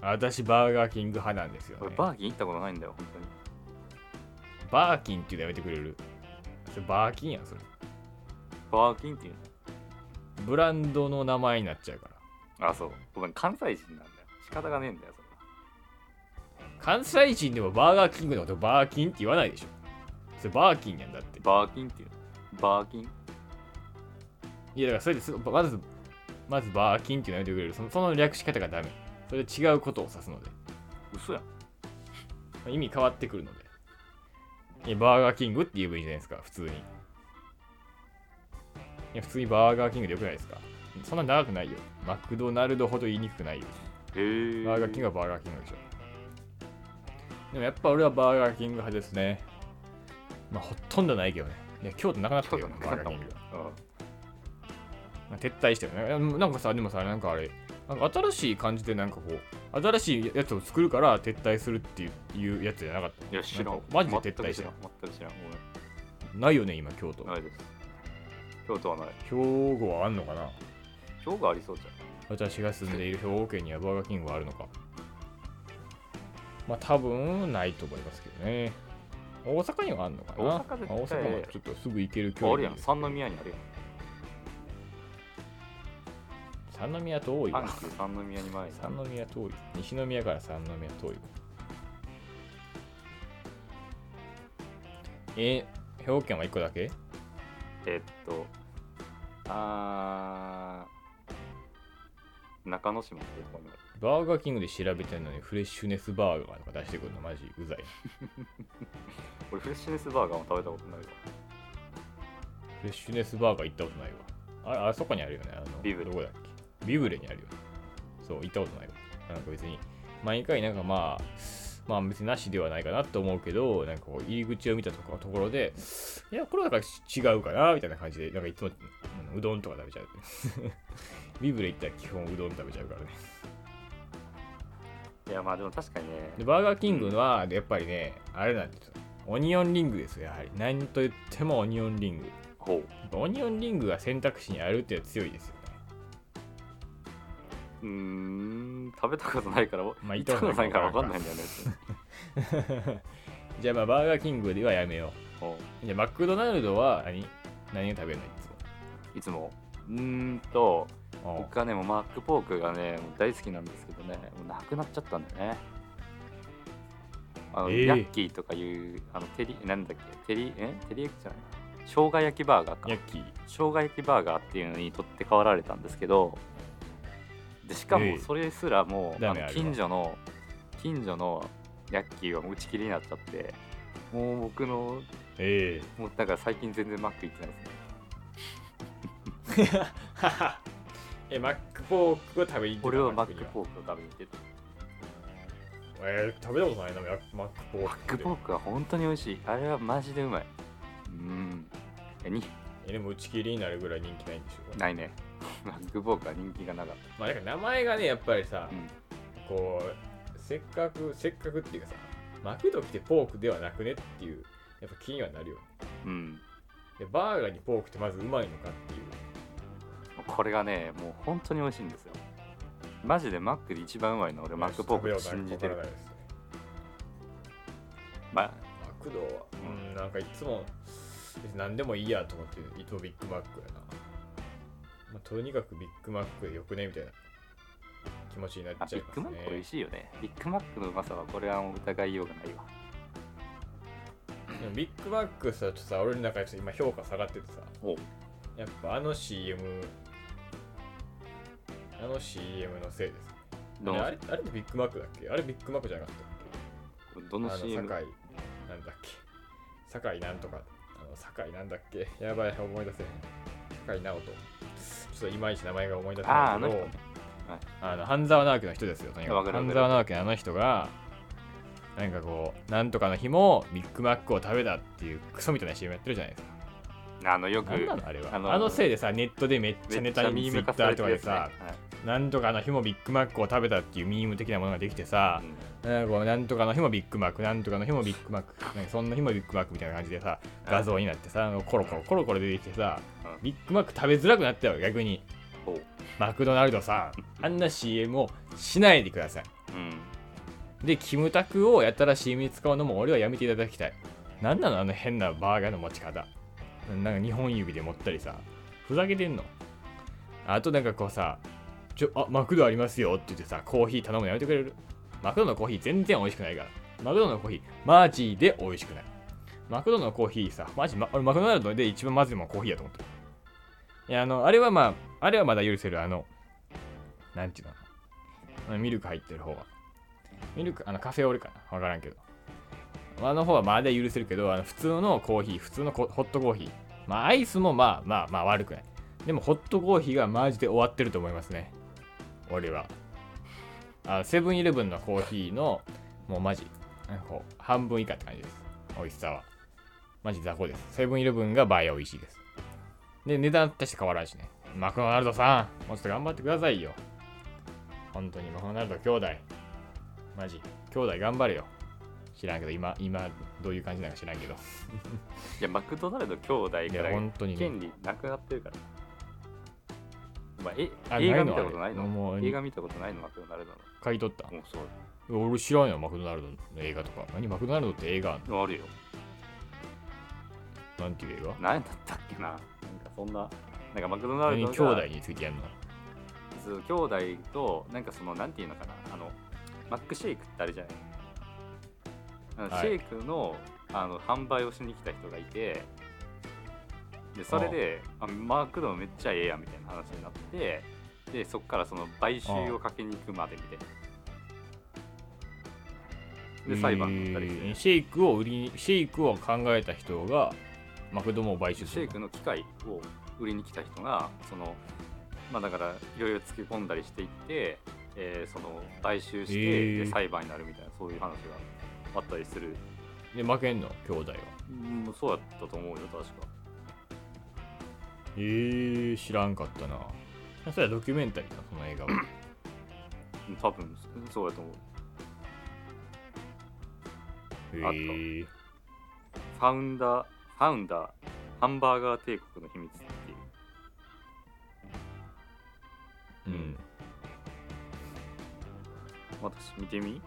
S1: 私バーガーキング派なんですよ、ね
S2: 俺、バーキン行ったことないんだよ本当に
S1: バーキンっていうのやめてくれるそれバーキンやんそれ
S2: バーキンっていう
S1: ブランドの名前になっちゃうから
S2: のあそうごめん関西人なんだよ仕方がねえんだよそれは
S1: 関西人でもバーガーキングのことバーキンって言わないでしょそれバーキンやんだって
S2: バーキンっていうのバーキン
S1: いやだからそれですまずまずバーキンっていうのやめてくれるそのその略し方がダメそれ違うことを指すので
S2: 嘘やん
S1: 意味変わってくるのでいやバーガーキングって言えばいいじゃないですか普通にいや普通にバーガーキングでよくないですかそんな長くないよマクドナルドほど言いにくくないよ
S2: へー
S1: バーガーキングはバーガーキングでしょ。でもやっぱ俺はバーガーキング派ですね。まあほとんどないけどね。いや、京都なくなったけどね、バーガーキングが。まあ、撤退してるね。うんなんかさ、でもさ、なんかあれ、なんか新しい感じでなんかこう、新しいやつを作るから撤退するっていういうやつじゃなかった。
S2: いや知ら
S1: なん
S2: ん
S1: かマジで撤退し
S2: 全く知
S1: てる
S2: らん全く知らん
S1: ないよね、今、京都
S2: ご。めんないです京都はない
S1: 兵庫はあんのかな
S2: 京都ありそうじ
S1: 私が住んでいる兵庫県にはバーガーキングはあるのかまあ多分ないと思いますけどね大阪にはあるのかな
S2: 大阪絶
S1: ま
S2: 対
S1: あ大阪はちょっとすぐ行ける
S2: ゃ
S1: 距
S2: んあ
S1: 離
S2: るやん
S1: です
S2: 三宮にあるやん
S1: 三宮遠い
S2: 阪
S1: わ
S2: 急三宮に前に
S1: 三宮遠い西宮から三宮遠いわえー、兵庫県は1個だけ
S2: えっとあー中之島ってとこにある
S1: バーガーキングで調べてるのにフレッシュネスバーガーとか出してくるのマジうざい
S2: 俺フレッシュネスバーガーも食べたことないわ
S1: フレッシュネスバーガー行ったことないわ。あれ、あそこにあるよね。あの
S2: ビブレ
S1: どこだっけビブレにあるよね。そう、行ったことないわ。なんか別に、毎回なんかまあ、まあ別になしではないかなと思うけどなんかこう入り口を見たところところでいやこれはなんか違うかなみたいな感じでなんかいつもあのうどんとか食べちゃう ビブレ行ったら基本うどん食べちゃうからね
S2: いやまあでも確かにね
S1: でバーガーキングはやっぱりねあれなんですよオニオンリングですよやはり何と言ってもオニオンリング
S2: ほう
S1: やっぱオニオンリングが選択肢にあるっていうのは強いですよね
S2: うーん食べたことないから、
S1: まあ
S2: 行ったことないから分かんないんだよ ね。
S1: じゃあまあバーガーキングではやめよ
S2: も
S1: う。じゃあマクドナルドは何何を食べるのいつ
S2: ういつも。うーんと、
S1: も。
S2: 僕はね、もうマックポークがね、もう大好きなんですけどね、もうなくなっちゃったんだよね。あの
S1: ええ
S2: ヤッキーとかいう、あのテリ、なんだっけ、テリ、えテリヤキじゃない生姜焼きバーガーか
S1: ヤ。ッキー。
S2: 生姜焼きバーガーっていうのに取って代わられたんですけどでしか
S1: え
S2: も
S1: え
S2: それすらもう、
S1: ダ
S2: あ
S1: メ
S2: の
S1: あれは
S2: 近所の近所のヤッキーはもう打ち切りになっちゃってもう僕の
S1: え
S2: もうだから最近全然マック行ってないですね
S1: え え、マックポークを食べに行ってた
S2: 俺はマック
S1: ーク
S2: ポークを食べに行ってた
S1: には。えー、食べたことないな、マックポーク。
S2: マックポー
S1: ク
S2: クは本当に美味しいあれはマジでうまいうんえに
S1: えでも打ち切りになるぐらい人気ないんでしょうか。
S2: ないね マックポークは人気がなかっ
S1: まあ、なんか名前がね、やっぱりさ
S2: た、うん
S1: こう、せっかく、せっかくっていうかさ、マクド来てポークではなくねっていう、やっぱ気にはなるよね。
S2: うん
S1: でバーガーにポークってまずうまいのかっていう。
S2: これがねもう本当に美味しいんですよマジでマックで一番うまいのは俺マックポークって信じてる
S1: 食べようかわからないですね
S2: まあ
S1: マクドは、うん、なんかいつも別に何でもいいやと思っていつもビッグマックやな、まあ、とにかくビッグマックでよくねみたいな気持ちになっ
S2: あ
S1: ちゃ
S2: ビ
S1: い
S2: ッ
S1: ます
S2: グ
S1: ね
S2: マック美味しいよね。ビッグマックのうまさはこれはもう疑いようがないわ。
S1: でもビッグマックさちょっとさ俺の中でちょっと今評価下がっててさ
S2: おう
S1: やっぱあの CM あの CM のせいです
S2: ど
S1: あ
S2: の
S1: れあれってビッグマックだっけあれビッグマックじゃなかったっけ
S2: どの
S1: あの酒井
S2: CM?
S1: なんだっけ酒井なんとかあの酒井なんだっけやばい思い出せへん酒井直人ちょっといまいち名前が思い出せ
S2: ああ、
S1: な
S2: あ
S1: いけ
S2: の
S1: ど
S2: 人ね。
S1: あの半沢直樹の人ですよとにか
S2: わ
S1: く
S2: かるわか
S1: 半
S2: る
S1: 沢直樹のあの人がなんかこうなんとかの日もビッグマックを食べたっていうクソみたいな CM やってるじゃないですか
S2: あのよく
S1: 何なのあれはあ
S2: あ
S1: の
S2: の
S1: せいでさネットでめっちゃ
S2: め
S1: ネ
S2: っちゃ
S1: タに
S2: ミー
S1: ツイッ
S2: ム化
S1: タ
S2: さ
S1: ー
S2: れ
S1: と
S2: て
S1: か
S2: る
S1: で
S2: やつね。
S1: さなんとかの日もビッグマックを食べたっていうミーム的なものができてさ
S2: はいうん
S1: なんかこうなんとかの日もビッグマック、なんとかの日もビッグマッ ク、なんかそんな日もビッグマックみたいな感じでさ、画像になってさ、あのコロコロコロコロ出てきてさ
S2: う、ん
S1: ビッグマック食べづらくなったよ、逆に。
S2: ほう
S1: マクドナルドさん、あんな CM をしないでください。
S2: うん
S1: で、キムタクをやたら CM に使うのも俺はやめていただきたい。なんなのあの変なバーガーの持ち方。なんか2本指で持ったりさ、ふざけてんの。あとなんかこうさ、ちょ、あ、マクドありますよって言ってさ、コーヒー頼むのやめてくれるマクドのコーヒー全然美味しくないから。マクドのコーヒー、マジで美味しくない。マクドのコーヒーさ、マジ、ま、俺マクドナルドで一番まずいもんコーヒーやと思ってる。いや、あの、あれはまあ、あれはまだ許せる、あの、なんていうのあのミルク入ってる方は。ミルク、あの、カフェオレかなわからんけど。あの方はまだ許せるけど、あの普通のコーヒー、普通のコホットコーヒー。まあ、アイスもまあまあまあ悪くない。でも、ホットコーヒーがマジで終わってると思いますね。俺は。あセブンイレブンのコーヒーの、もうマジ、なんかこう、半分以下って感じです。美味しさは。マジ雑魚です。セブンイレブンが倍は美味しいです。で、値段として変わらんしね。マクドナルドさん、もうちょっと頑張ってくださいよ。本当にマクドナルド兄弟。マジ、兄弟頑張れよ。知らんけど、今、今、どういう感じなのか知らんけど。
S2: いや、マクドナルド兄弟か
S1: いや、
S2: ら
S1: 本当にね
S2: 権。利なくなってるから。お前え
S1: あ
S2: 映
S1: ないの
S2: 画見たことない
S1: あれも
S2: の
S1: う
S2: 映画見たことないのマクドナルドの。
S1: 買い取った。
S2: もうそう。
S1: 俺知らんよ、マクドナルドの映画とか。何、マクドナルドって映画あん
S2: あるよ。
S1: のなんていう映画
S2: 何だったっけななんかそんな、なんかマクドナル
S1: 何、
S2: ド
S1: 兄
S2: が
S1: 弟についてやんの
S2: その兄弟となんかそのなんていうのかなあのマックシェイクってあれじゃないあの、
S1: はい
S2: シェイクのあの販売をしに来た人がいてでそれであマクドめっちゃええやんみたいな話になってでそこからその買収をかけに行くまでみたいなで裁判になったりして
S1: えーシェイクを売りに、シェイクを考えた人が、マクドも買収す
S2: シェイ
S1: る
S2: ク
S1: の。
S2: の機械を売りに来た人がそのまあだからいろいろつけ込んだりしていって、えーその買収して、
S1: へー
S2: で裁判になるみたいなそういう話があるあったりする
S1: で負けんの兄弟は
S2: うんそうやったと思うよ確か
S1: えー、知らんかったなそれはドキュメンタリーかその映画は
S2: うん多分そうやと思う
S1: え
S2: あった
S1: ー、
S2: ファウンダーファウンダーハンバーガー帝国の秘密っていう
S1: うん
S2: 私見てみ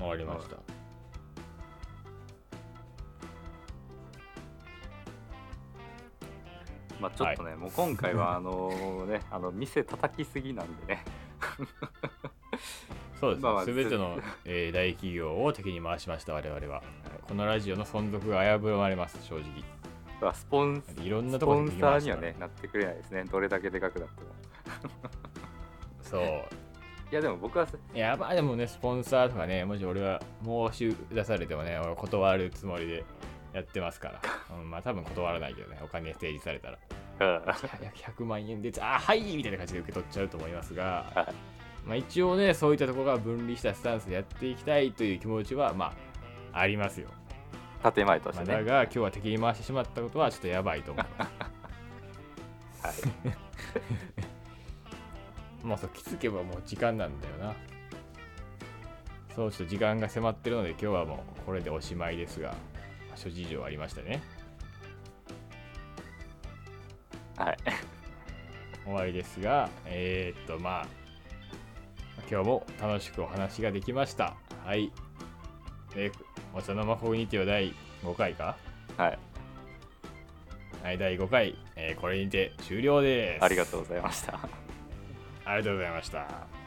S1: わかりました
S2: まあちょっとね、もう今 回はあのねあの店叩きすぎなんでね
S1: そうです
S2: まあま
S1: ね
S2: あ
S1: 全ての、 えー大企業を敵に回しました我々はこのラジオの存続が危ぶまれます正直
S2: まあスポン
S1: いろんな
S2: ス
S1: とこ
S2: ポ
S1: ろ
S2: ン
S1: で敵
S2: サー
S1: 回
S2: に
S1: した
S2: はねなってくれないですねどれだけでかくなっても
S1: そう
S2: いやでも僕はさ
S1: いやまあでもねスポンサーとかねもし俺は申し出されてもね俺断るつもりでやってます から、うん、まあ多分断らないけどねお金提示されたら
S2: うん
S1: 約100万円であはいみたいな感じで受け取っちゃうと思いますが、
S2: は
S1: まあ、一応ねそういったところが分離したスタンスでやっていきたいという気持ちはまあありますよ、
S2: 建前とし
S1: まあ
S2: て
S1: だ
S2: ね
S1: が今日は敵に回してしまったことはちょっとやばいと思います
S2: はい
S1: まあそう気づけば もう時間なんだよなそうちょっと時間が迫ってるので今日はもうこれでおしまいですがまあ諸事情ありましたね
S2: はい
S1: 終わりですがえー、っとまあ今日も楽しくお話ができましたはいでお茶の間コミュニティは第5回か
S2: はい
S1: はい第5回、えーこれにて終了です
S2: ありがとうございました
S1: ありがとうございました